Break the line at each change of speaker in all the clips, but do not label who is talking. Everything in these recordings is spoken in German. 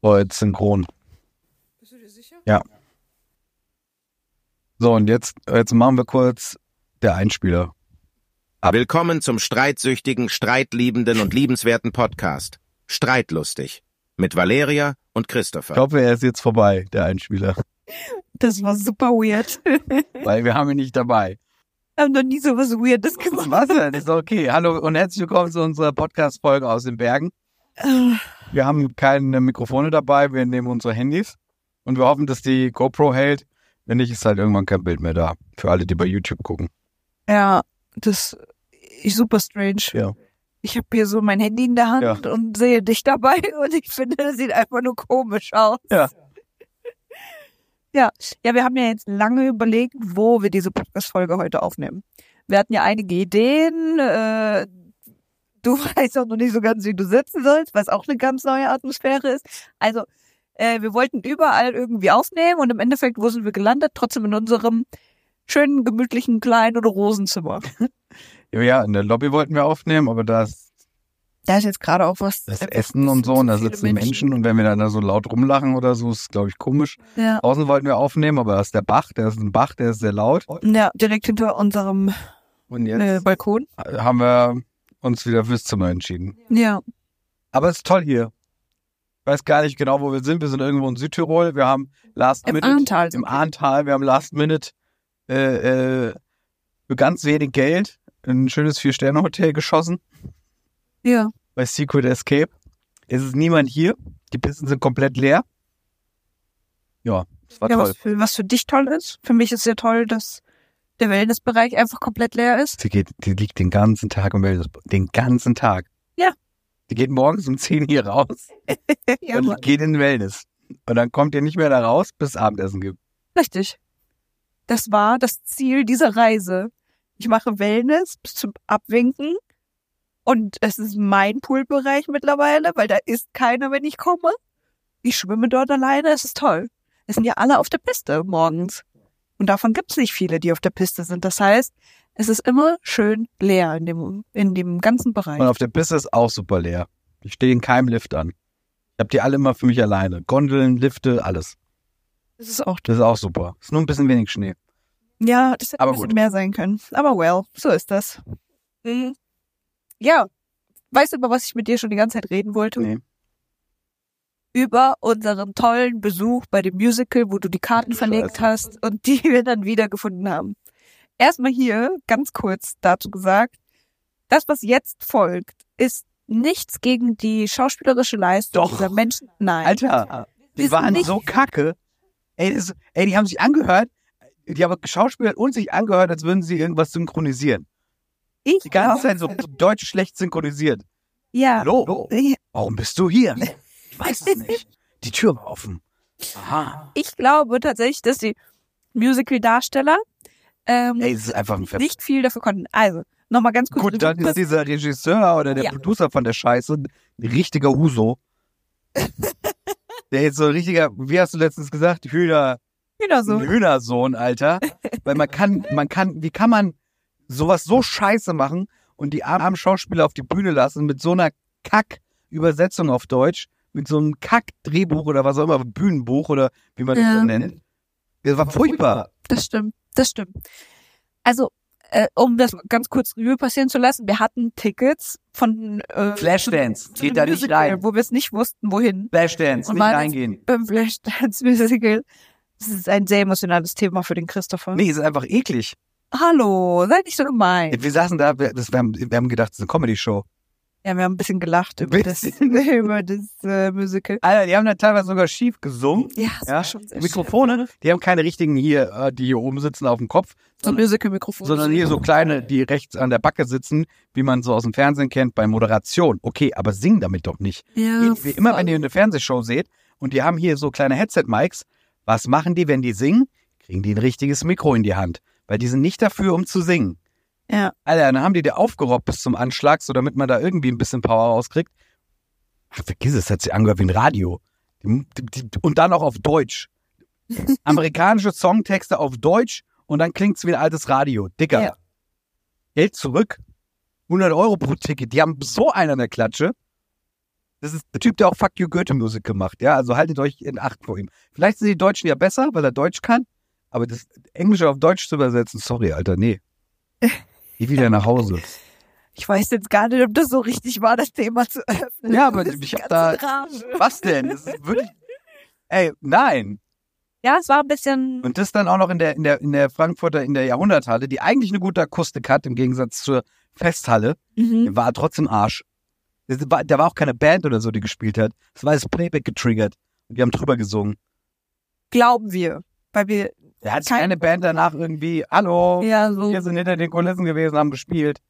Freud synchron.
Bist du dir sicher?
Ja. So, und jetzt, jetzt machen wir kurz der Einspieler. Ab.
Willkommen zum streitsüchtigen, streitliebenden und liebenswerten Podcast. Streitlustig. Mit Valeria und
Ich
Christopher.
hoffe, er ist jetzt vorbei, der Einspieler.
Das war super weird.
Weil wir haben ihn nicht dabei.
haben noch nie so was Weirdes gemacht.
Was denn? Ist okay. Hallo und herzlich willkommen zu unserer Podcast-Folge aus den Bergen. Wir haben keine Mikrofone dabei, wir nehmen unsere Handys und wir hoffen, dass die GoPro hält. Wenn nicht, ist halt irgendwann kein Bild mehr da. Für alle, die bei YouTube gucken.
Ja, das ist super strange.
Ja.
Ich habe hier so mein Handy in der Hand und sehe dich dabei und ich finde, das sieht einfach nur komisch aus.
Ja.
Ja, ja wir haben ja jetzt lange überlegt, wo wir diese Podcast-Folge heute aufnehmen. Wir hatten ja einige Ideen. Äh, du weißt auch noch nicht so ganz, wie du sitzen sollst, was auch eine ganz neue Atmosphäre ist. Also, äh, wir wollten überall irgendwie aufnehmen und im Endeffekt, wo sind wir gelandet? Trotzdem in unserem schönen, gemütlichen, kleinen oder Rosenzimmer.
Ja, in der Lobby wollten wir aufnehmen, aber da ist
Da ist jetzt gerade auch was.
das
einfach
Essen
ein
und
bisschen
so und
zu
da
viele
sitzen Menschen. und wenn wir dann da so laut rumlachen oder so, ist glaube ich komisch.
Ja.
Außen wollten wir aufnehmen, aber da ist der Bach, der ist ein Bach, der ist sehr laut.
ja, direkt hinter unserem
Und
äh,
jetzt
Balkon.
haben wir uns wieder fürs Zimmer entschieden.
Ja.
Aber es ist toll hier. Ich weiß gar nicht genau, wo wir sind. Wir sind irgendwo in Südtirol. Wir haben Last
Im
Minute.
Ahrntal.
Im Ahrntal. Wir haben Last Minute äh, äh, für ganz wenig Geld ein schönes Vier-Sterne-Hotel geschossen
Ja.
bei Secret Escape. Es ist niemand hier. Die Pisten sind komplett leer. Ja, es war
ja
toll.
was, für, was für dich toll ist. Für mich ist sehr toll, dass der Wellnessbereich einfach komplett leer ist.
Sie geht, die liegt den ganzen Tag im Wellness. Den ganzen Tag.
Ja.
Die geht morgens um 10 hier raus
ja,
und geht in den Wellness. Und dann kommt ihr nicht mehr da raus, bis es Abendessen gibt.
richtig. Das war das Ziel dieser Reise. Ich mache Wellness bis zum Abwinken. Und es ist mein Poolbereich mittlerweile, weil da ist keiner, wenn ich komme. Ich schwimme dort alleine, es ist toll. Es sind ja alle auf der Piste morgens. Und davon gibt es nicht viele, die auf der Piste sind. Das heißt, es ist immer schön leer in dem, in dem ganzen Bereich.
Und auf der Piste ist auch super leer. Ich stehe in keinem Lift an. Ich habe die alle immer für mich alleine. Gondeln, Lifte, alles.
Das ist auch
Das ist auch super. Ist nur ein bisschen wenig Schnee.
Ja, das hätte
Aber
ein bisschen
gut.
mehr sein können. Aber well, so ist das. Mhm. Ja, weißt du, über was ich mit dir schon die ganze Zeit reden wollte?
Nee.
Über unseren tollen Besuch bei dem Musical, wo du die Karten verlegt hast und die wir dann wiedergefunden haben. Erstmal hier, ganz kurz dazu gesagt, das, was jetzt folgt, ist nichts gegen die schauspielerische Leistung
Doch.
dieser Menschen. Nein.
Alter, die
Ist
waren
nicht-
so kacke. Ey, das, ey, die haben sich angehört. Die haben geschauspielert und sich angehört, als würden sie irgendwas synchronisieren.
ich
Die ganze
glaub-
Zeit so deutsch schlecht synchronisiert.
Ja.
Hallo,
Ja.
warum bist du hier? Ich weiß es nicht. Die Tür war offen. Aha.
ich glaube tatsächlich, dass die Musical-Darsteller ähm,
Ey, es ist einfach ein Ver
nicht viel dafür konnten. Also, nochmal ganz kurz.
Gut, dann ist dieser Regisseur oder der
Ja.
Producer von der Scheiße ein richtiger Huso. der jetzt so ein richtiger, wie hast du letztens gesagt, Hühner,
Wieder so.
ein Hühnersohn, Alter. Weil man kann, man kann, wie kann man sowas so scheiße machen und die armen Schauspieler auf die Bühne lassen mit so einer Kack-Übersetzung auf Deutsch, mit so einem Kack-Drehbuch oder was auch immer, Bühnenbuch oder wie man das
Ja.
so nennt. Das war furchtbar.
Das stimmt, das stimmt. Also, äh, um das ganz kurz Revue passieren zu lassen, wir hatten Tickets von äh,
Also Flashdance,
zu
geht
einem
da nicht
Musical,
rein.
wo wir es nicht wussten, wohin.
Flashdance,
Und
nicht
mal-
reingehen.
Beim Flashdance Musical. Das ist ein sehr emotionales Thema für den Christopher.
Nee, ist einfach eklig.
Hallo, sei nicht so gemein.
Wir saßen da, wir, das, wir, haben, wir haben gedacht, es ist eine Comedy-Show.
Ja, wir haben ein bisschen gelacht über das,
Bisschen.
über das äh, Musical.
Alter, die haben da teilweise sogar schief gesungen.
Ja, das
Ja,
war schon sehr schön.
Mikrofone, die haben keine richtigen hier, äh, die hier oben sitzen auf dem Kopf,
So ein Musical-Mikrofon.
sondern hier so kleine, die rechts an der Backe sitzen, wie man so aus dem Fernsehen kennt, bei Moderation. Okay, aber singen damit doch nicht.
Ja,
Wie immer, wenn ihr eine Fernsehshow seht und die haben hier so kleine Headset-Mics, was machen die, wenn die singen? Kriegen die ein richtiges Mikro in die Hand. Weil die sind nicht dafür, um zu singen.
Ja,
Alter, dann haben die dir aufgerobbt bis zum Anschlag, so damit man da irgendwie ein bisschen Power rauskriegt. Ach, vergiss es, hat sie angehört wie ein Radio. Die, die, die, und dann auch auf Deutsch. Amerikanische Songtexte auf Deutsch und dann klingt's wie ein altes Radio. Dicker.
Ja.
Geld zurück. 100 Euro pro Ticket. Die haben so einen an der Klatsche. Das ist der Typ, der auch Fuck You Goethe Music gemacht, ja. Also haltet euch in Acht vor ihm. Vielleicht sind die Deutschen ja besser, weil er Deutsch kann, aber das Englische auf Deutsch zu übersetzen, sorry, Alter, nee. Geh wieder nach Hause.
Ich weiß jetzt gar nicht, ob das so richtig war, das Thema zu öffnen.
Ja, aber
Das ist
ich hab
ganz Rage.
Was denn? Das ist wirklich. Ey, nein.
Ja, es war ein bisschen.
Und das dann auch noch in der, in der, in der Frankfurter, in der Jahrhunderthalle, die eigentlich eine gute Akustik hat, im Gegensatz zur Festhalle,
Mhm.
war trotzdem Arsch. Das war, da war auch keine Band oder so, die gespielt hat. Es war das Playback getriggert. Und wir haben drüber gesungen.
Glauben wir. Weil wir.
Da hat sich
Kein-
keine Band danach irgendwie, hallo,
Ja, so.
wir sind hinter den Kulissen gewesen, haben gespielt.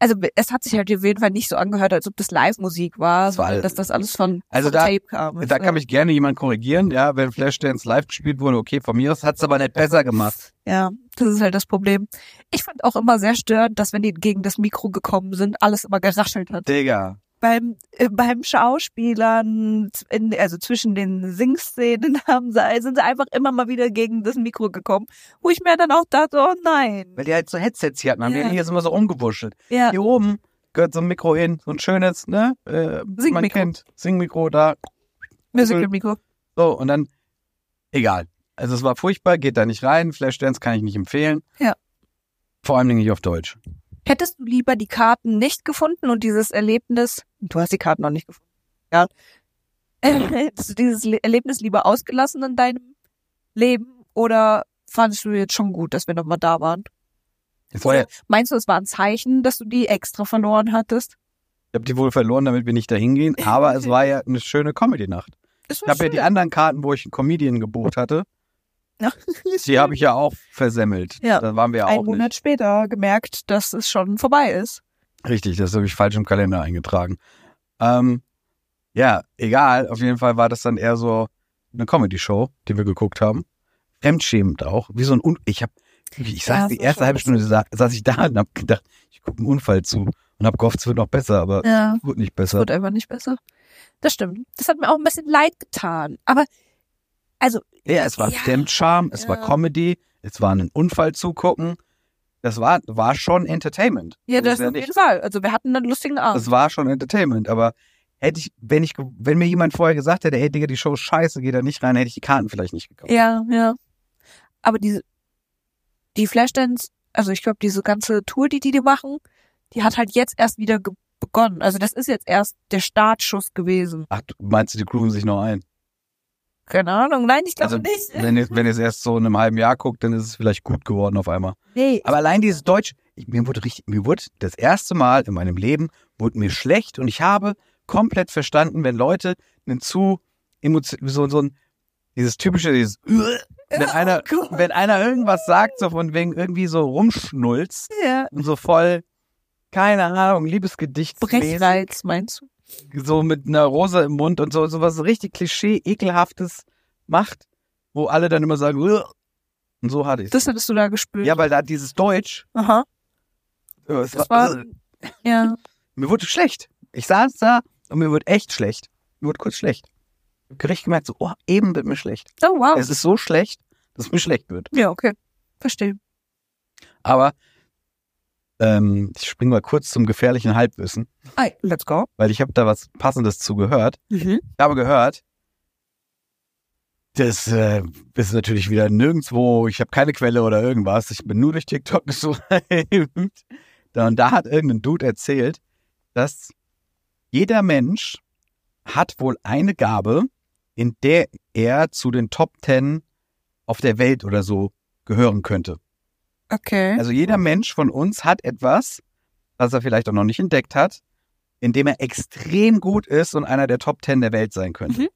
Also es hat sich halt auf jeden Fall nicht so angehört, als ob das Live-Musik war,
Das war-
sondern dass das alles von,
Also
von
da-
Tape kam.
Da kann mich gerne jemand korrigieren, ja, wenn Flashdance live gespielt wurde, okay, von mir aus hat's aber nicht besser gemacht.
Ja, das ist halt das Problem. Ich fand auch immer sehr störend, dass wenn die gegen das Mikro gekommen sind, alles immer geraschelt hat.
Digga.
Beim, äh, beim Schauspielern, z- in, also zwischen den Singszenen haben sie, sind sie einfach immer mal wieder gegen das Mikro gekommen, wo ich mir dann auch dachte, oh nein.
Weil die halt so Headsets hier hatten, haben
Ja.
die hier immer so rumgewuschelt.
Ja,
Hier oben gehört so ein Mikro hin, so ein schönes, ne? Äh, man
Singmikro.
kennt Singmikro da.
Musical-Mikro.
So, und dann, egal. Also es war furchtbar, geht da nicht rein. Flashdance kann ich nicht empfehlen.
Ja.
Vor allem nicht auf Deutsch.
Hättest du lieber die Karten nicht gefunden und dieses Erlebnis, du hast die Karten noch nicht gefunden, ja, äh, hättest du dieses Le- Erlebnis lieber ausgelassen in deinem Leben oder fandest du jetzt schon gut, dass wir nochmal da waren?
Vorher,
Meinst du, es war ein Zeichen, dass du die extra verloren hattest?
ich habe die wohl verloren, damit wir nicht dahin gehen. Aber es war ja eine schöne Comedy-Nacht.
Das
Ich habe ja die anderen Karten, wo ich einen Comedian gebucht hatte,
die,
die habe ich ja auch versemmelt.
Ja.
Da waren wir ja auch
einen Monat später gemerkt, dass es schon vorbei ist.
nicht. Richtig, das habe ich falsch im Kalender eingetragen. Ähm, ja, egal. Auf jeden Fall war das dann eher so eine Comedy-Show, die wir geguckt haben. Fremdschämend auch. Wie so ein Un Ich habe, ich saß
Ja,
die
so
erste
schon
halbe Stunde sa saß ich da und habe gedacht, ich gucke einen Unfall zu und habe gehofft, es wird noch besser, aber
Ja.
es wurde nicht besser.
wird einfach nicht besser. Das stimmt. Das hat mir auch ein bisschen leid getan. Aber, also,
Ja, es war
Ja.
Fremdscham, es war
Ja.
Comedy, es war einen Unfall zugucken. Das war, war schon Entertainment.
ja, das
ist ja
auf
nicht-
jeden Fall. Also, wir hatten einen lustigen Abend.
Das war schon Entertainment, aber hätte ich, wenn ich, ge- wenn mir jemand vorher gesagt hätte, hey Digga, die Show ist scheiße, geh da nicht rein, hätte ich die Karten vielleicht nicht gekauft.
Ja, ja. Aber diese, die Flashdance, also ich glaube, diese ganze Tour, die die, die machen, die hat halt jetzt erst wieder ge- begonnen. Also das ist jetzt erst der Startschuss gewesen.
Ach, du- meinst du, die grooven sich noch ein?
Keine Ahnung. Nein, ich glaube
Also,
nicht.
Wenn ihr, wenn ihr es erst so in einem halben Jahr guckt, dann ist es vielleicht gut geworden auf einmal.
Nee.
Aber allein dieses Deutsch, ich, mir wurde richtig, mir wurde das erste Mal in meinem Leben, wurde mir schlecht und ich habe komplett verstanden, wenn Leute einen zu emotio- so, so ein, dieses typische, dieses, wenn einer,
Gott.
wenn einer irgendwas sagt, so von wegen irgendwie so rumschnulzt
Ja.
und so voll, keine Ahnung, Liebesgedicht,
Brechreiz, meinst du?
so mit einer Rose im Mund und so, so was richtig Klischee, ekelhaftes macht, wo alle dann immer sagen, "Ugh." und so hatte ich
Das hättest du da gespürt.
Ja, weil da dieses Deutsch,
Aha.
äh, es
Das war, ja.
Mir wurde schlecht. Ich saß da und mir wurde echt schlecht. Mir wurde kurz schlecht. Ich hab Gericht gemerkt, so, oh, eben wird mir schlecht.
Oh, wow.
Es ist so schlecht, dass mir schlecht wird.
Ja, okay. Verstehe.
Aber ähm, ich springe mal kurz zum gefährlichen Halbwissen,
Ei, let's go.
weil ich habe da was Passendes zu gehört.
Mhm.
Ich habe gehört, das äh, ist natürlich wieder nirgendwo, ich habe keine Quelle oder irgendwas. Ich bin nur durch TikTok gesucht. Und da hat irgendein Dude erzählt, dass jeder Mensch hat wohl eine Gabe, in der er zu den Top Ten auf der Welt oder so gehören könnte.
Mhm. Okay.
Also jeder Mensch von uns hat etwas, was er vielleicht auch noch nicht entdeckt hat, in dem er extrem gut ist und einer der Top Ten der Welt sein könnte.
Mhm.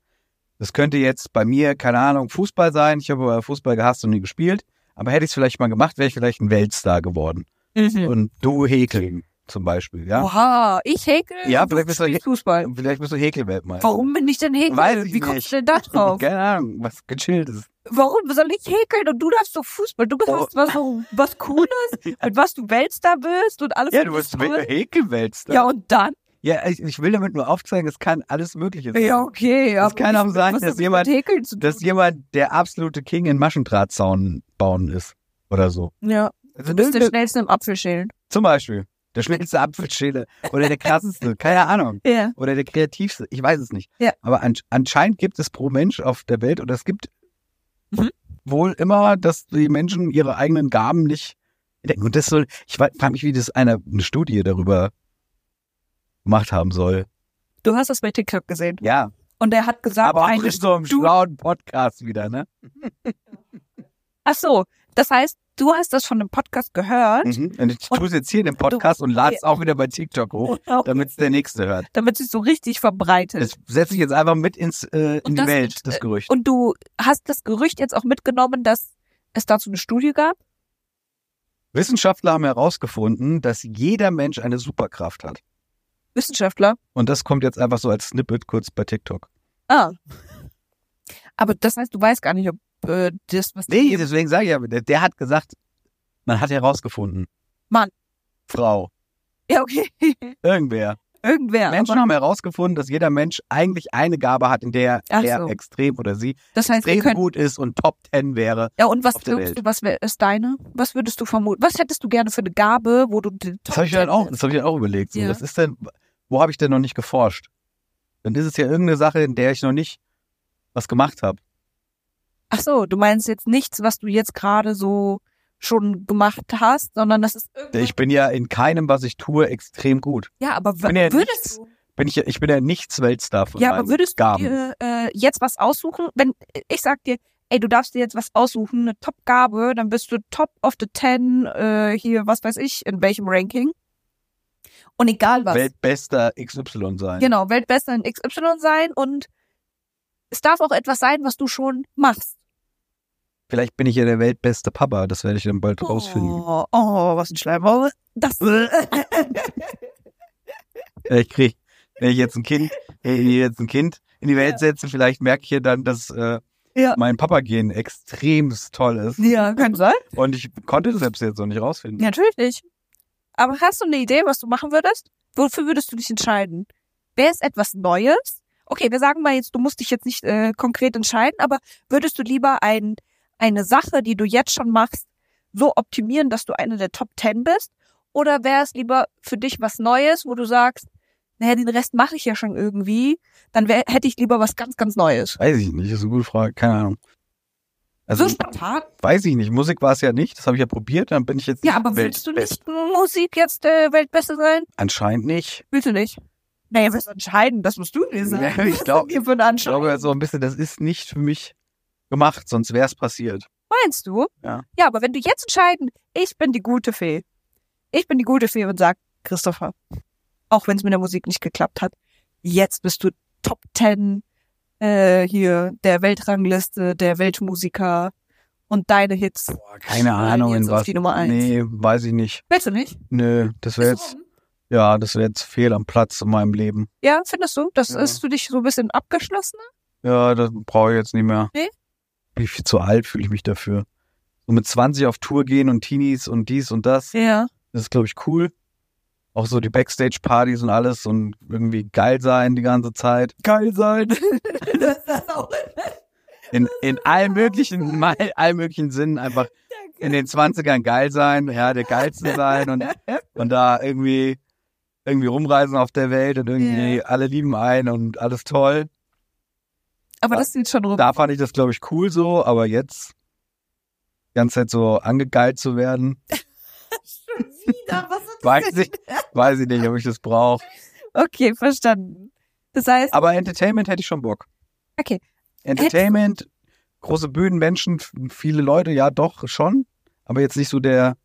Das könnte jetzt bei mir, keine Ahnung, Fußball sein. Ich habe aber Fußball gehasst und nie gespielt. Aber hätte ich es vielleicht mal gemacht, wäre ich vielleicht ein Weltstar geworden.
Mhm.
Und du häkeln zum Beispiel, ja?
Oha, ich häkel.
Ja,
und du
vielleicht bist du-
spielst Fußball.
Vielleicht bist du Häkelweltmeister.
Warum bin ich denn häkeln?
Weiß ich
Wie kommst
nicht.
du denn da drauf?
Keine Ahnung, was gechillt ist.
Warum soll ich häkeln und du darfst doch Fußball? Du bist
Oh.
was, so- was Cooles, mit was du Weltstar bist und alles.
Ja, du
was
bist
cool.
Häkelweltstar.
Ja, und dann?
ja ich, ich will damit nur aufzeigen, es kann alles Mögliche sein.
Ja, okay.
Es
aber
kann auch
ich-
sein,
was
dass
hat das
jemand-
Mit häkeln zu tun?
dass jemand der absolute King in Maschendrahtzaun bauen ist oder so.
ja,
Also
du bist der
irgendeine-
Schnellste im Apfelschälen.
zum Beispiel. Der schnellste Apfelschäle oder der krasseste, keine Ahnung.
Ja.
Oder der kreativste, ich weiß es nicht.
Ja.
Aber an, anscheinend gibt es pro Mensch auf der Welt oder es gibt
Mhm.
wohl immer, dass die Menschen ihre eigenen Gaben nicht entdecken. Und das soll, ich frage mich, wie das eine, eine Studie darüber gemacht haben soll.
Du hast das bei TikTok gesehen.
Ja,
Und er hat gesagt,
Aber auch
eine
nicht so im
Stu-
schlauen Podcast wieder, ne?
Ach so, das heißt, du hast das schon im Podcast gehört,
Mhm. Und ich tue es jetzt hier in dem Podcast und lade es auch wieder bei TikTok hoch,
äh,
damit es der Nächste hört.
damit es so richtig verbreitet.
Das setze ich jetzt einfach mit ins, äh, in
Und
die
das-
Welt, das Gerücht.
Und du hast das Gerücht jetzt auch mitgenommen, dass es dazu eine Studie gab?
Wissenschaftler haben herausgefunden, dass jeder Mensch eine Superkraft hat.
Wissenschaftler?
Und das kommt jetzt einfach so als Snippet kurz bei TikTok.
Ah. Aber das heißt, du weißt gar nicht, ob äh, das, was
Nee, deswegen sage ich ja, der, der hat gesagt, man hat herausgefunden.
Mann.
Frau.
Ja, okay.
Irgendwer.
Irgendwer.
Menschen
aber
haben herausgefunden, dass jeder Mensch eigentlich eine Gabe hat, in der
Ach
er
so.
extrem oder sie
das heißt, ihr
extrem
könnt.
gut ist und Top Ten wäre.
Ja, und was
auf der
glaubst
Welt.
du, was wär, ist deine? Was würdest du vermuten? Was hättest du gerne für eine Gabe, wo du den
Das habe ich dann auch, das habe ich dann auch überlegt. So,
Ja.
Was ist denn, wo habe ich denn noch nicht geforscht? Dann ist es ja irgendeine Sache, in der ich noch nicht was gemacht habe.
Ach so, du meinst jetzt nichts, was du jetzt gerade so schon gemacht hast, sondern das ist irgendwas.
Ich bin ja in keinem, was ich tue, extrem gut.
ja, aber
bin ja
w- würdest
nichts-
du,
Bin ich, ja- ich bin ja nichts Weltstar von
ja, aber
meinen
würdest du
Gaben.
dir äh, jetzt was aussuchen? Wenn ich sag dir, ey, du darfst dir jetzt was aussuchen, eine Top-Gabe, dann bist du Top of the Ten äh, hier, was weiß ich, in welchem Ranking. Und egal was.
Weltbester XY sein.
Genau, Weltbester in XY sein und es darf auch etwas sein, was du schon machst.
Vielleicht bin ich ja der weltbeste Papa, das werde ich dann bald rausfinden.
Oh, oh, was ein Schleimhaube. Das.
Äh, Ich krieg, wenn ich jetzt ein Kind, wenn ich jetzt ein Kind in die Welt setze, vielleicht merke ich ja dann, dass äh,
Ja.
mein Papa-Gen extremst toll ist.
ja, kann sein.
Und ich konnte das selbst jetzt noch nicht rausfinden.
Natürlich nicht. Aber hast du eine Idee, was du machen würdest? Wofür würdest du dich entscheiden? Wäre es etwas Neues? Okay, wir sagen mal jetzt, du musst dich jetzt nicht äh, konkret entscheiden, aber würdest du lieber ein, eine Sache, die du jetzt schon machst, so optimieren, dass du eine der Top Ten bist? Oder wäre es lieber für dich was Neues, wo du sagst, naja, den Rest mache ich ja schon irgendwie, dann wär, hätte ich lieber was ganz, ganz Neues.
Weiß ich nicht, ist eine gute Frage, keine Ahnung. Also,
so spontan?
weiß ich nicht. Musik war es ja nicht, das habe ich ja probiert, dann bin ich jetzt.
Ja, aber willst du nicht Musik jetzt äh, Weltbeste sein?
Anscheinend nicht.
Willst du nicht? Naja, wirst du entscheiden, das musst du mir sagen.
Ja, ich
Was
glaub-
ist denn hier für eine
Ich
Anschauung?
glaube also- so ein bisschen, das ist nicht für mich gemacht, sonst wäre es passiert.
Meinst du?
Ja.
Ja, aber wenn du jetzt entscheiden, ich bin die gute Fee. Ich bin die gute Fee und sag, Christopher, auch wenn es mit der Musik nicht geklappt hat, jetzt bist du Top Ten äh, hier der Weltrangliste, der Weltmusiker und deine Hits.
Boah, keine
knallen
Ahnung,
jetzt
in
auf
was.
die Nummer eins.
Nee, weiß ich nicht.
Willst du nicht?
Nö, das wäre jetzt, ja, das wäre jetzt fehl am Platz in meinem Leben.
Ja, findest du? Das
Ja.
ist für dich so ein bisschen abgeschlossener?
Ja, das brauche ich jetzt nicht mehr.
Nee?
Bin ich viel zu alt, fühle ich mich dafür. So mit 20 auf Tour gehen und Teenies und dies und das.
Ja.
Das ist, glaube ich, cool. Auch so die Backstage-Partys und alles und irgendwie geil sein die ganze Zeit. Geil sein.
das ist auch
In, in allen möglichen, in all- allen möglichen Sinnen einfach in den 20ern geil sein, ja, der geilste sein und, und da irgendwie, irgendwie rumreisen auf der Welt und irgendwie alle lieben einen und alles toll.
Aber das sieht schon rum.
Da fand ich das, glaube ich, cool so, aber jetzt die ganze Zeit so angegeilt zu werden,
Schon wieder, was ist
weiß ich, weiß ich nicht, ob ich das brauche.
Okay, verstanden. Das heißt,
Aber Entertainment hätte ich schon Bock.
Okay.
Entertainment, große Bühnen, Menschen, f- viele Leute, ja doch schon, aber jetzt nicht so der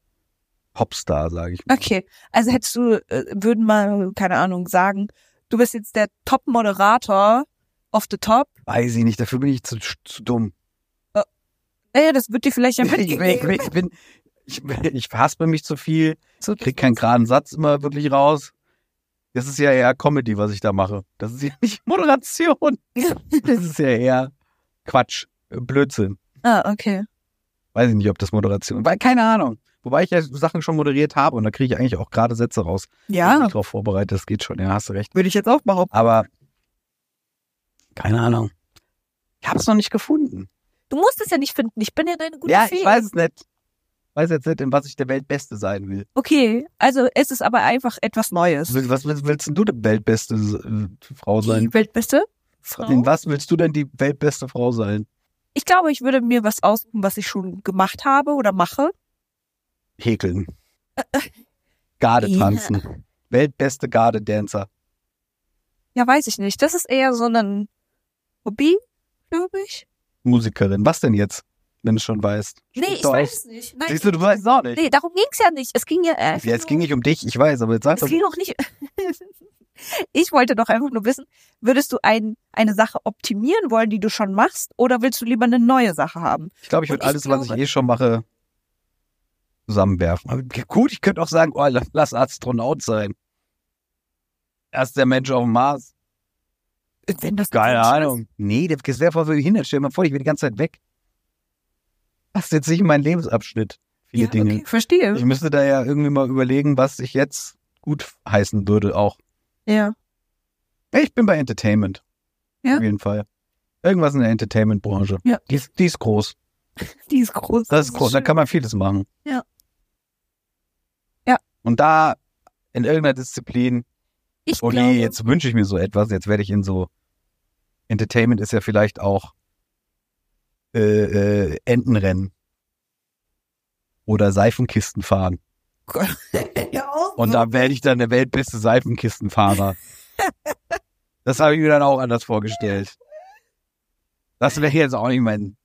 Popstar, sage ich mal.
okay, also hättest du, äh, würden mal, keine Ahnung, sagen, du bist jetzt der Top-Moderator auf the top.
Weiß ich nicht, dafür bin ich zu, zu dumm.
Naja, das wird dir vielleicht ja
Ich, bin- ich,
mitgegeben.
bin- ich bin, ich, ich verhaspel mich zu viel, krieg keinen geraden Satz immer wirklich raus. Das ist ja eher Comedy, was ich da mache. Das ist ja nicht Moderation. Das ist ja eher Quatsch, äh, Blödsinn.
ah, okay.
Weiß ich nicht, ob das Moderation, weil keine Ahnung. Wobei ich ja Sachen schon moderiert habe und da kriege ich eigentlich auch gerade Sätze raus. Wenn ich
Ja,
mich darauf vorbereite, das geht schon, ja, hast du recht.
würde ich jetzt auch behaupten.
Aber keine Ahnung. Ich hab's noch nicht gefunden.
Du musst es ja nicht finden. Ich bin ja deine gute
ja,
Fee.
ich weiß es nicht. weiß jetzt nicht, in was ich der Weltbeste sein will. Also,
Okay, also es ist aber einfach etwas Neues.
Was willst, willst denn du die weltbeste äh, Frau sein?
Die Weltbeste? Frau?
In was willst du denn die weltbeste Frau sein?
Ich glaube, ich würde mir was aussuchen, was ich schon gemacht habe oder mache.
Häkeln. Garde tanzen. Weltbeste Garde-Dancer.
Ja, weiß ich nicht. Das ist eher so ein Hobby, glaube ich.
Musikerin. Was denn jetzt, wenn du schon weißt?
Nee,
Spuck
ich
doch
weiß
aus.
es nicht. Nein,
Siehst du, du weißt es auch nicht.
nee, darum ging's ja nicht. Es ging ja. Äh,
Ja, es ging nicht um dich, ich weiß, aber jetzt sag
Es
doch.
ging auch nicht. ich wollte doch einfach nur wissen, würdest du ein, eine Sache optimieren wollen, die du schon machst, oder willst du lieber eine neue Sache haben?
Ich glaube, ich
Und
würde
ich
alles, was ich
glaube-
eh schon mache, zusammenwerfen. Aber gut, ich könnte auch sagen, oh, la- lass Astronaut sein. Erst der Mensch auf dem Mars.
Wenn das
Keine
natürlich ist.
Ahnung. Nee, das wäre voll behindert. Stell dir mal vor, ich bin die ganze Zeit weg. Passt jetzt nicht in meinen Lebensabschnitt. Viele
Ja,
Dinge.
okay, verstehe.
Ich müsste da ja irgendwie mal überlegen, was ich jetzt gut heißen würde auch.
ja.
Ich bin bei Entertainment.
Ja.
Auf jeden Fall. Irgendwas in der Entertainment-Branche.
Ja.
Die ist, die ist groß.
Die ist groß.
Das ist groß. Da
schön.
kann man vieles machen.
Ja. Ja.
Und da in irgendeiner Disziplin,
ich
oh
glaube,
nee, jetzt wünsche ich mir so etwas, jetzt werde ich in so Entertainment ist ja vielleicht auch äh, äh, Entenrennen oder Seifenkisten fahren.
ja, auch
Und
so.
da werde ich dann der weltbeste Seifenkistenfahrer. das habe ich mir dann auch anders vorgestellt. Das wäre jetzt auch nicht mein.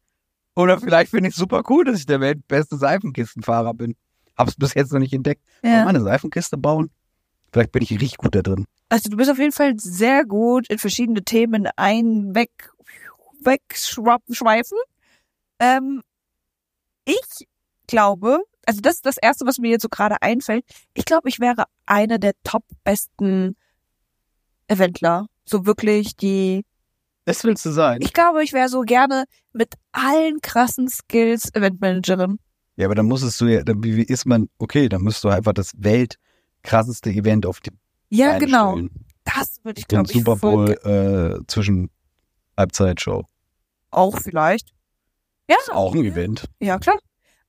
Oder vielleicht finde ich es super cool, dass ich der weltbeste Seifenkistenfahrer bin. Hab's bis jetzt noch nicht entdeckt. Ja.
ja.
Meine Seifenkiste bauen. Vielleicht bin ich richtig gut da drin.
Also du bist auf jeden Fall sehr gut in verschiedene Themen ein, weg, weg, schweifen. Ähm, ich glaube, also das ist das Erste, was mir jetzt so gerade einfällt. Ich glaube, ich wäre einer der top besten Eventler. So wirklich die,
Das willst du sein.
ich glaube, ich wäre so gerne mit allen krassen Skills Eventmanagerin.
Ja, aber dann musstest du ja, dann, wie wie ist man, okay, dann müsstest du einfach das weltkrasseste Event auf die
Ja,
Beine
genau.
stellen.
Das würde ich,
Den
glaube ich,
Super
voll
Bowl äh, zwischen Halbzeitshow.
auch vielleicht. Ja.
Ist auch ein Event.
Ja, klar.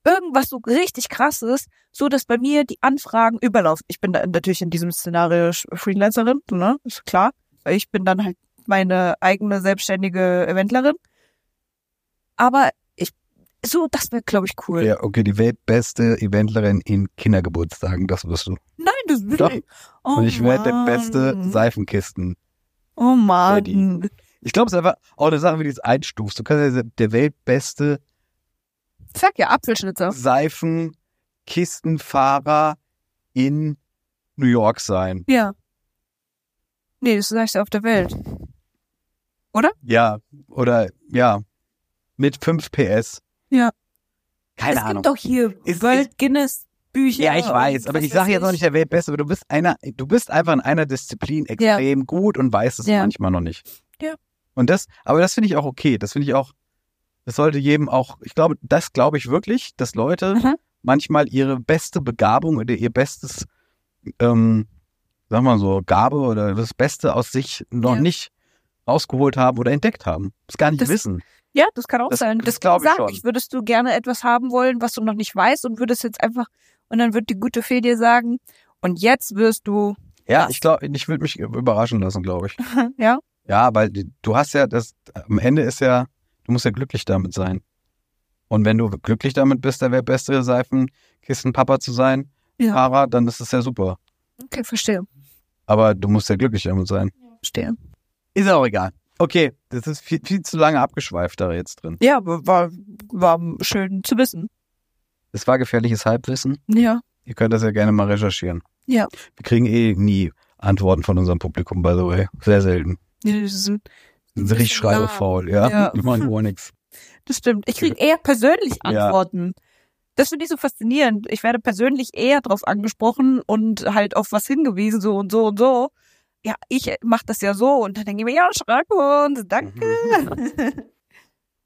Irgendwas so richtig krasses, so dass bei mir die Anfragen überlaufen. Ich bin da natürlich in diesem Szenario Sch- Freelancerin, ne? Ist klar. Weil ich bin dann halt meine eigene selbstständige Eventlerin. Aber ich, so, das wäre, glaube ich, cool.
Ja, okay, die weltbeste Eventlerin in Kindergeburtstagen, das wirst du.
Nein, das will
Doch.
ich. Oh
Und ich werde der
Mann.
beste Seifenkisten.
Oh Mann.
Daddy. Ich glaube, es ist einfach auch eine Sache, wie du es einstufst. Du kannst ja der weltbeste
Sag ja, Apfelschnitzer.
Seifenkistenfahrer in New York sein.
Ja. Nee, das ist das auf der Welt.
Ja, oder ja, mit 5 PS.
Ja.
Keine
es
Ahnung.
gibt doch hier
Ist-
World Guinness Bücher.
Ja, ich weiß,
und
aber
was
ich sage
weiß
jetzt auch
ich.
nicht der Weltbeste, aber du bist einer, du bist einfach in einer Disziplin extrem gut und weißt es
Ja.
manchmal noch nicht.
Ja.
Und das, aber das finde ich auch okay. Das finde ich auch, das sollte jedem auch, ich glaube, das glaube ich wirklich, dass Leute
Aha.
manchmal ihre beste Begabung oder ihr bestes, ähm, sag mal so, Gabe oder das Beste aus sich noch
Ja.
nicht rausgeholt haben oder entdeckt haben. Das gar nicht
Das-
wissen.
Ja, das kann auch
Das-
sein.
das
Das
glaub ich
sag
schon.
ich. Würdest du gerne etwas haben wollen, was du noch nicht weißt und würdest jetzt einfach, und dann wird die gute Fee dir sagen, und jetzt wirst du,
Ja,
das-
ich glaube, ich würde mich überraschen lassen, glaube ich.
ja,
Ja, weil die- du hast ja das, am Ende ist ja, du musst ja glücklich damit sein. Und wenn du glücklich damit bist, der bessere Seifenkistenpapa zu sein,
Ja.
Fahrer, dann ist das ja super.
okay, verstehe,
Aber du musst ja glücklich damit sein.
verstehe.
Ist auch egal. Okay, das ist viel, viel zu lange abgeschweift da jetzt drin.
Ja, aber war, war schön zu wissen.
Das war gefährliches Halbwissen.
Ja,
Ihr könnt das ja gerne mal recherchieren.
Ja.
Wir kriegen eh nie Antworten von unserem Publikum, by the way. Sehr selten.
das ist-
Die Sind richtig
Bisschen lahm.
schreibefaul, ja?
Ja.
Die machen gar nichts.
das stimmt. Ich kriege eher persönlich
Ja.
Antworten. Das finde ich so faszinierend. Ich werde persönlich eher drauf angesprochen und halt auf was hingewiesen, so und so und so. Ja, ich mache das ja so und dann denke ich mir, ja, schreib uns, danke.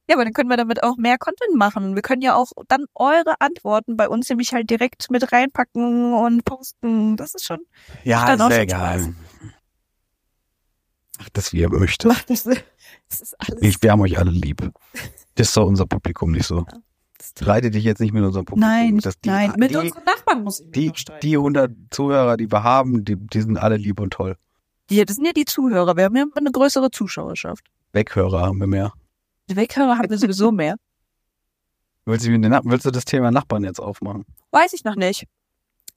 Ja, aber dann können wir damit auch mehr Content machen. Wir können ja auch dann eure Antworten bei uns nämlich halt direkt mit reinpacken und posten. Das ist schon. Macht
Ja,
dann
ist
auch
ja
schon
egal.
Spaß.
Ach, das wie ihr möchtet.
Macht das, das ist alles.
Ich, wir haben euch alle lieb. Das ist doch unser Publikum nicht so.
Angst.
Streite dich jetzt nicht mit unserem Publikum.
Nein,
das, die,
nein,
mit
Mit
die,
unseren Nachbarn muss ich mich
die,
noch streiten.
die 100 Zuhörer, die wir haben, die, die sind alle lieb und toll.
Ja, das sind ja die Zuhörer. Wir haben ja eine größere Zuschauerschaft.
Weghörer haben wir mehr.
Die Weghörer haben wir sowieso mehr.
Willst du, mit den Nachbarn- willst du das Thema Nachbarn jetzt aufmachen?
Weiß ich noch nicht.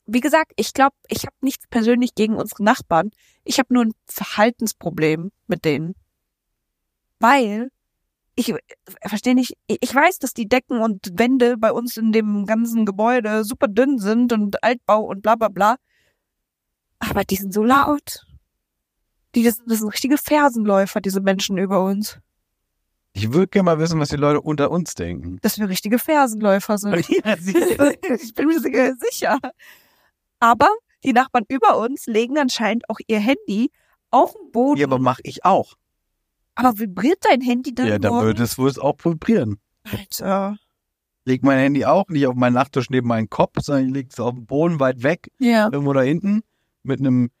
Wie gesagt, ich glaube, ich habe nichts persönlich gegen unsere Nachbarn. Ich habe nur ein Verhaltensproblem mit denen. Weil ich verstehe nicht, ich ich weiß, dass die Decken und Wände bei uns in dem ganzen Gebäude super dünn sind und Altbau und bla bla bla. Aber die sind so laut. Die das, das sind richtige Fersenläufer, diese Menschen über uns.
Ich würde gerne mal wissen, was die Leute unter uns denken.
Dass wir richtige Fersenläufer sind.
Ja,
ich bin mir sogar sicher. Aber die Nachbarn über uns legen anscheinend auch ihr Handy auf den Boden.
aber mache ich auch.
aber vibriert dein Handy dann?
Ja, dann
morgen?
würde es wohl auch vibrieren.
Alter.
Leg mein Handy auch nicht auf meinen Nachttisch neben meinen Kopf, sondern ich lege es auf dem Boden weit weg,
Ja.
irgendwo da hinten, mit einem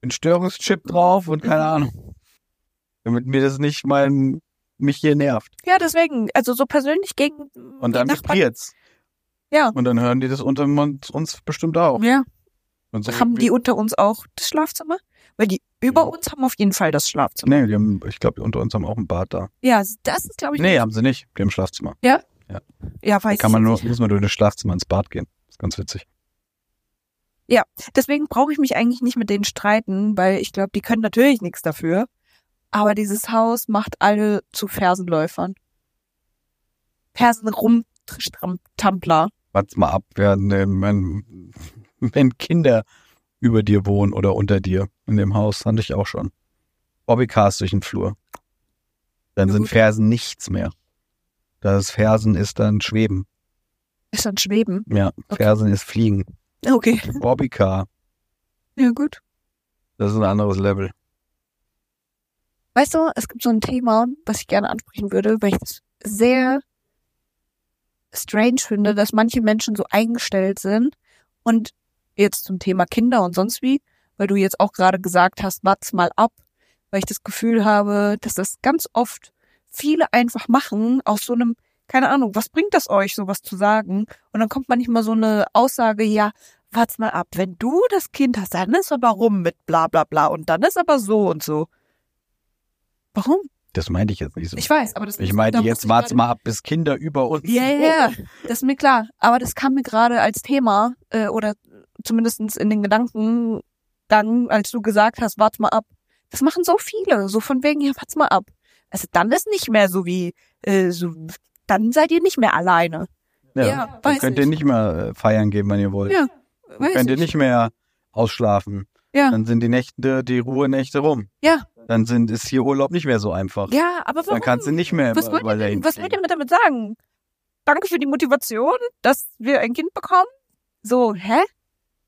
einem Störungschip drauf und keine Ahnung. Damit mir das nicht mein, mich hier nervt.
Ja, deswegen. Also so persönlich gegen.
Und dann vibriert's.
Ja.
Und dann hören die das unter uns uns bestimmt auch.
Ja.
Und so
Haben die unter uns auch das Schlafzimmer? Weil die über
Ja.
uns haben auf jeden Fall das Schlafzimmer.
Nee, die haben, ich glaube, unter uns haben auch ein Bad da.
Ja, das ist, glaube ich.
Nee, haben sie nicht. Die haben Schlafzimmer.
ja,
Da
weiß
kann
ich
man
jetzt
nur,
nicht.
muss man durch das Schlafzimmer ins Bad gehen. ist ganz witzig.
Deswegen brauche ich mich eigentlich nicht mit denen streiten, weil ich glaube, die können natürlich nichts dafür. Aber dieses Haus macht alle zu Fersenläufern. Fersenrumtrampler.
Warte mal ab, werden, äh, wenn, wenn Kinder über dir wohnen oder unter dir in dem Haus, fand ich auch schon. Bobbycars durch den Flur. Dann
Na
sind
gut.
Fersen nichts mehr. Das Fersen ist dann Schweben.
Ist dann Schweben.
Ja,
Okay.
Fersen ist Fliegen.
Okay.
Bobbycar,
Ja, gut.
das ist ein anderes Level.
Weißt du, es gibt so ein Thema, was ich gerne ansprechen würde, weil ich es sehr strange finde, dass manche Menschen so eingestellt sind. Und jetzt zum Thema Kinder und sonst wie, weil du jetzt auch gerade gesagt hast, wart's mal ab, weil ich das Gefühl habe, dass das ganz oft viele einfach machen, aus so einem, keine Ahnung, was bringt das euch, sowas zu sagen? Und dann kommt manchmal so eine Aussage, ja, wart's mal ab, wenn du das Kind hast, dann ist aber rum mit bla bla bla und dann ist aber so und so. Warum?
Das meinte ich jetzt nicht so.
Ich weiß, aber das
Ich meinte,
da muss
jetzt
ich
wart's
gerade-
mal Oh. ab, bis Kinder über uns.
Ja, ja, ja, das ist mir klar. Aber das kam mir gerade als Thema äh, oder zumindestens in den Gedanken dann, als du gesagt hast, warte mal ab. Das machen so viele, so von wegen, ja, warte mal ab. Also dann ist nicht mehr so wie, äh, so, dann seid ihr nicht mehr alleine.
Ja,
Ja,
dann
weiß
könnt ihr
ich.
nicht mehr äh, feiern gehen, wenn ihr wollt.
Ja,
Dann
Weiß
könnt ihr
ich.
nicht mehr ausschlafen.
Ja.
Dann sind die Nächte, die Ruhenächte rum.
Ja.
Dann sind, ist hier Urlaub nicht mehr so einfach.
Ja, aber warum?
Dann kannst du nicht mehr
was
über-
wollt ihr
überlegen.
denn, was wollt ihr mir damit sagen? Danke für die Motivation, dass wir ein Kind bekommen. So, hä?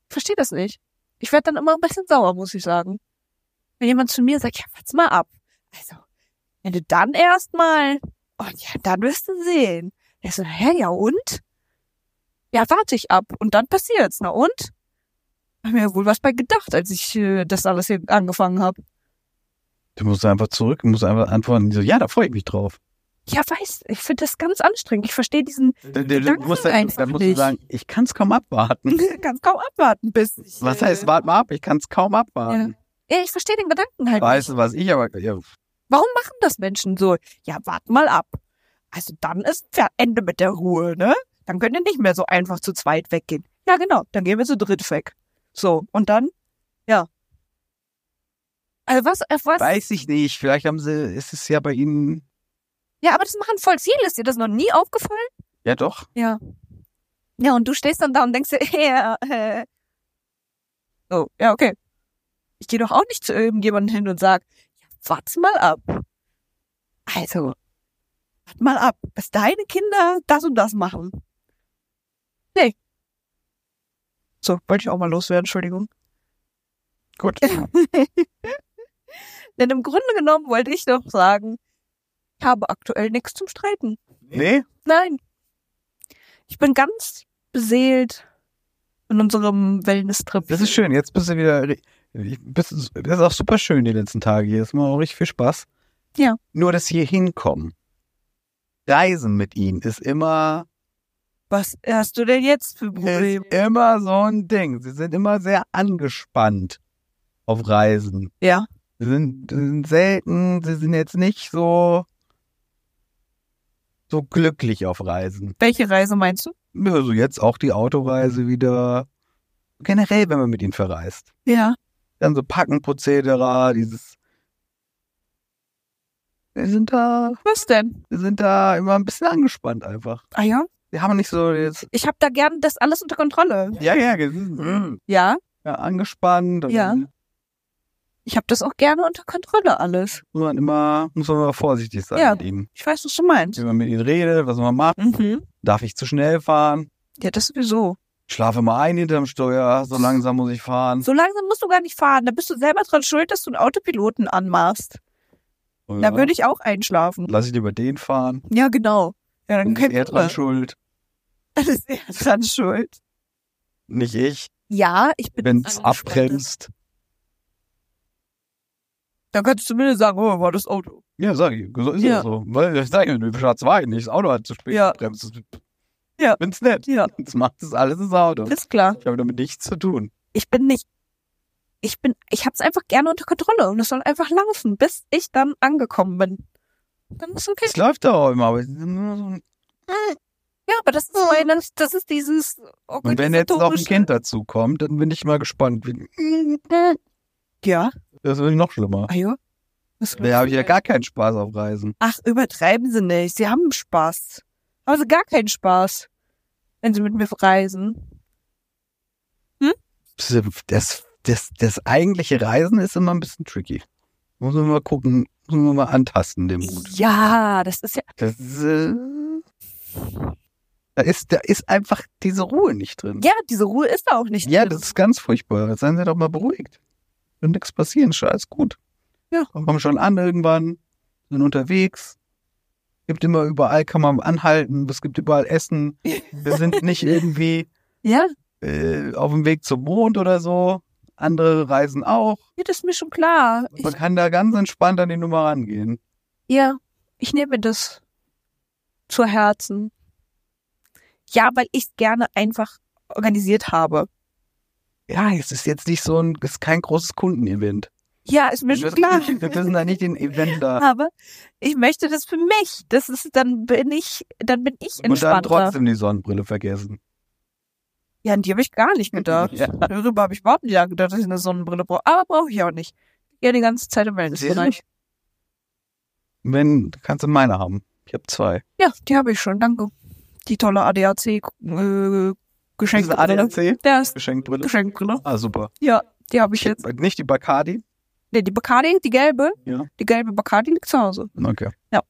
Verstehe das nicht. Ich werde dann immer ein bisschen sauer, muss ich sagen. Wenn jemand zu mir sagt, ja, warte mal ab. Also, wenn du dann erstmal, und ja, dann wirst du sehen. Ich so, hä, ja und? Ja, warte ich ab. Und dann passiert's. Na und? Hab mir ja wohl was bei gedacht, als ich äh, das alles hier angefangen habe.
Du musst einfach zurück, musst einfach antworten. Die So, ja, da freue ich mich drauf.
Ja, weiß, ich finde das ganz anstrengend. Ich verstehe diesen
Dann, dann,
Gedanken
musst, du-
einfach
dann musst du
nicht.
sagen, ich kann es kaum abwarten.
kannst kaum abwarten, bis ich.
Was heißt, wart mal ab, ich kann es kaum abwarten.
Ja, ich verstehe den Gedanken halt.
Weißt
nicht.
du, was ich aber. Ja,
Warum machen das Menschen so? Ja, wart mal ab. Also dann ist Ver- Ende mit der Ruhe, ne? Dann könnt ihr nicht mehr so einfach zu zweit weggehen. Ja, genau. Dann gehen wir zu dritt weg. So, und dann? Ja. Also was, auf was?
weiß ich nicht. Vielleicht haben sie, ist es ja bei ihnen.
Ja, aber das machen voll viele. Ist dir das noch nie aufgefallen?
Ja, doch.
Ja, und du stehst dann da und denkst dir, ja, äh. Oh, ja, okay. Ich gehe doch auch nicht zu irgendjemandem hin und sag, ja, warte mal ab. Also, warte mal ab, bis deine Kinder das und das machen. Nee. So, wollte ich auch mal loswerden, Entschuldigung.
Gut.
Denn im Grunde genommen wollte ich doch sagen, ich habe aktuell nichts zum Streiten.
Nee?
Nein. Ich bin ganz beseelt in unserem Wellness-Trip.
Das ist schön. Jetzt bist du wieder. ri- Bist, das ist auch super schön die letzten Tage hier. Es macht auch richtig viel Spaß.
Ja.
Nur das hier hinkommen. Reisen mit ihnen ist immer,
Was hast du denn jetzt für
ist
Probleme?
immer so ein Ding. Sie sind immer sehr angespannt auf Reisen.
Ja.
Sie sind, sie sind selten, sie sind jetzt nicht so, so glücklich auf Reisen.
Welche Reise meinst du?
Ja, Also jetzt auch die Autoreise wieder. Generell, wenn man mit ihnen verreist.
Ja.
Dann so Packenprozedere, dieses. Wir sind da,
Was denn?
wir sind da immer ein bisschen angespannt einfach.
Ah ja?
Wir haben nicht so jetzt.
Ich habe da gern das alles unter Kontrolle. Hm.
Ja, ja, wir sind, mm,
Ja,
ja angespannt. Und
Ja. ich habe das auch gerne unter Kontrolle alles.
Muss man immer, muss man immer vorsichtig sein
Ja.
mit ihm.
Ich weiß, was du meinst.
Wie man mit ihnen redet, was man macht.
Mhm.
Darf ich zu schnell fahren?
Ja, das sowieso.
Ich schlafe mal ein hinterm Steuer, so langsam muss ich fahren.
So langsam musst du gar nicht fahren. Da bist du selber dran schuld, dass du einen Autopiloten anmachst.
Und
Da würde ich auch einschlafen.
Lass ich lieber den fahren.
Ja, genau. Ja, dann
Dann ist
kein
er
Problem.
dran schuld,
Dann ist er dran schuld.
nicht ich.
Ja, ich bin
Wenn es
angespannt.
abbremst.
Dann kannst du zumindest sagen, oh, war das Auto.
Ja, sag ich. So ist
Ja.
das so. Weil ich sage, du Schwarzwein nicht. Das Auto hat zu spät
Ja.
gebremst.
Ja.
Bin's nett.
Ja,
Das macht das alles das Auto.
ist klar.
Ich habe damit nichts zu tun.
Ich bin nicht. Ich bin, ich hab's einfach gerne unter Kontrolle und es soll einfach laufen, bis ich dann angekommen bin. Dann ist okay.
Es läuft doch auch immer. Aber es ist immer so ein-
Ja, aber das ist meine, das ist dieses oh
und wenn jetzt noch ein
organisatorische-
Kind dazu kommt, dann bin ich mal gespannt. wie-
Ja,
Das wird noch schlimmer.
ah ja. Was
Da habe ich ja gar keinen Spaß auf Reisen.
Ach, übertreiben Sie nicht. Sie haben Spaß. Haben Sie gar keinen Spaß, wenn Sie mit mir reisen.
das, das, das eigentliche Reisen ist immer ein bisschen tricky. Muss man mal gucken, muss man mal antasten, den Mut.
Ja, das ist ja.
Das, ist, äh, da, ist, da ist einfach diese Ruhe nicht drin.
Ja, diese Ruhe ist da auch nicht.
Ja,
drin.
das ist ganz furchtbar. Seien Sie doch mal beruhigt. Wird nichts passieren, scheiß gut.
Ja.
Kommen schon an irgendwann, sind unterwegs. Gibt immer überall, kann man anhalten, es gibt überall Essen. Wir sind nicht irgendwie
ja,
äh, auf dem Weg zum Mond oder so. Andere reisen auch.
ja, das ist mir schon klar. Ich,
Man kann da ganz entspannt an die Nummer rangehen.
ja, ich nehme das zu Herzen. Ja, weil ich es gerne einfach organisiert habe.
Ja, es ist jetzt nicht so ein, es ist kein großes Kundenevent.
Ja, ist mir
Wir
schon
müssen,
klar.
wir müssen da nicht den Event da.
Aber ich möchte das für mich. Das ist, dann bin ich, dann bin ich
Und dann
entspannter.
trotzdem die Sonnenbrille vergessen.
Ja, an die habe ich gar nicht gedacht.
Ja.
Darüber habe ich überhaupt nicht gedacht, dass ich eine Sonnenbrille brauche. Aber brauche ich auch nicht. Ja, die ganze Zeit im Wellnessbereich.
Wenn, kannst du meine haben. Ich habe zwei.
Ja, die habe ich schon. Danke. Die tolle ADAC äh,
Diese
Geschenkbrille.
ADAC?
Der ist
Geschenkbrille.
Geschenkbrille.
Ah, super.
Ja, die habe ich jetzt.
Nicht die Bacardi?
Nee, die Bacardi, die gelbe.
Ja.
Die gelbe Bacardi liegt zu Hause.
Okay.
Ja.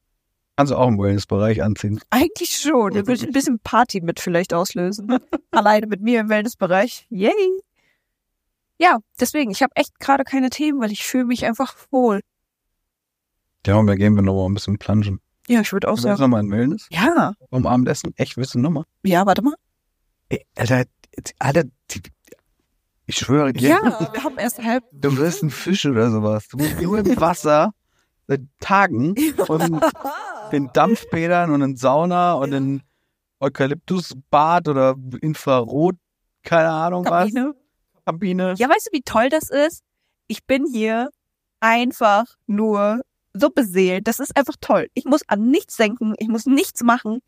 Kannst du auch im Wellnessbereich anziehen.
Eigentlich schon. Da würde ich ein bisschen Party mit vielleicht auslösen. Alleine mit mir im Wellnessbereich. Yay. Ja, deswegen, ich habe echt gerade keine Themen, weil ich fühle mich einfach wohl.
Ja, und da gehen wir nochmal ein bisschen planschen.
Ja, ich würde auch
Wir
sagen.
nochmal in Wellness.
Ja,
Um Abendessen. Echt, willst du nochmal?
ja, warte mal.
Ey, Alter, jetzt- Alter, die- ich schwöre dir,
Ja, wir haben erst halb.
du wirst ein Fisch oder sowas. Du bist nur im Wasser seit Tagen und in Dampfbädern und in Sauna und in Eukalyptusbad oder Infrarot, keine Ahnung
Kabine.
was, Kabine.
Ja, weißt du, wie toll das ist? Ich bin hier einfach nur so beseelt. Das ist einfach toll. Ich muss an nichts denken. Ich muss nichts machen.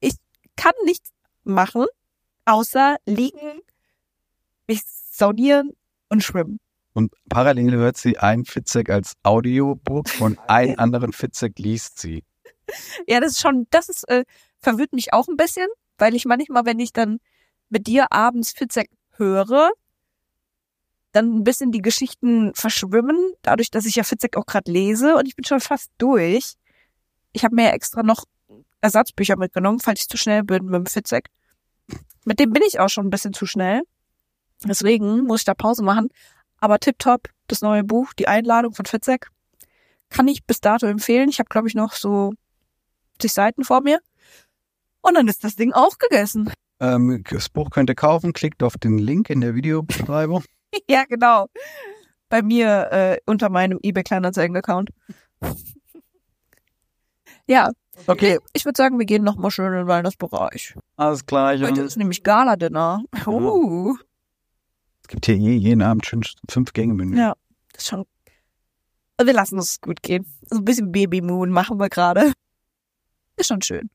Ich kann nichts machen, außer liegen, mich saunieren und schwimmen.
Und parallel hört sie einen Fitzek als Audiobook und einen anderen Fitzek liest sie.
Ja, das ist schon, das ist, äh, verwirrt mich auch ein bisschen, weil ich manchmal, wenn ich dann mit dir abends Fitzek höre, dann ein bisschen die Geschichten verschwimmen, dadurch, dass ich ja Fitzek auch gerade lese und ich bin schon fast durch. Ich habe mir ja extra noch Ersatzbücher mitgenommen, falls ich zu schnell bin mit dem Fitzek. Mit dem bin ich auch schon ein bisschen zu schnell. Deswegen muss ich da Pause machen. Aber tipptopp, das neue Buch, die Einladung von Fitzek, kann ich bis dato empfehlen. Ich habe, glaube ich, noch so 50 Seiten vor mir. Und dann ist das Ding auch gegessen.
Ähm, das Buch könnt ihr kaufen, klickt auf den Link in der Videobeschreibung.
ja, genau. Bei mir äh, unter meinem eBay Kleinanzeigen-Account. Ja,
Okay,
ich würde sagen, wir gehen nochmal schön in den Weihnachtsbereich.
alles klar.
Heute ist nämlich Gala-Dinner. Uh,
Es gibt hier je- jeden Abend schön fünf Gänge-Menü.
ja, das ist schon. Also, Wir lassen es gut gehen. So ein bisschen Baby-Moon machen wir gerade. Ist schon schön.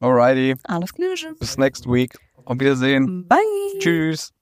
Alrighty,
Alles Gute. Mhm.
bis next week. Auf Wiedersehen.
Bye.
Tschüss.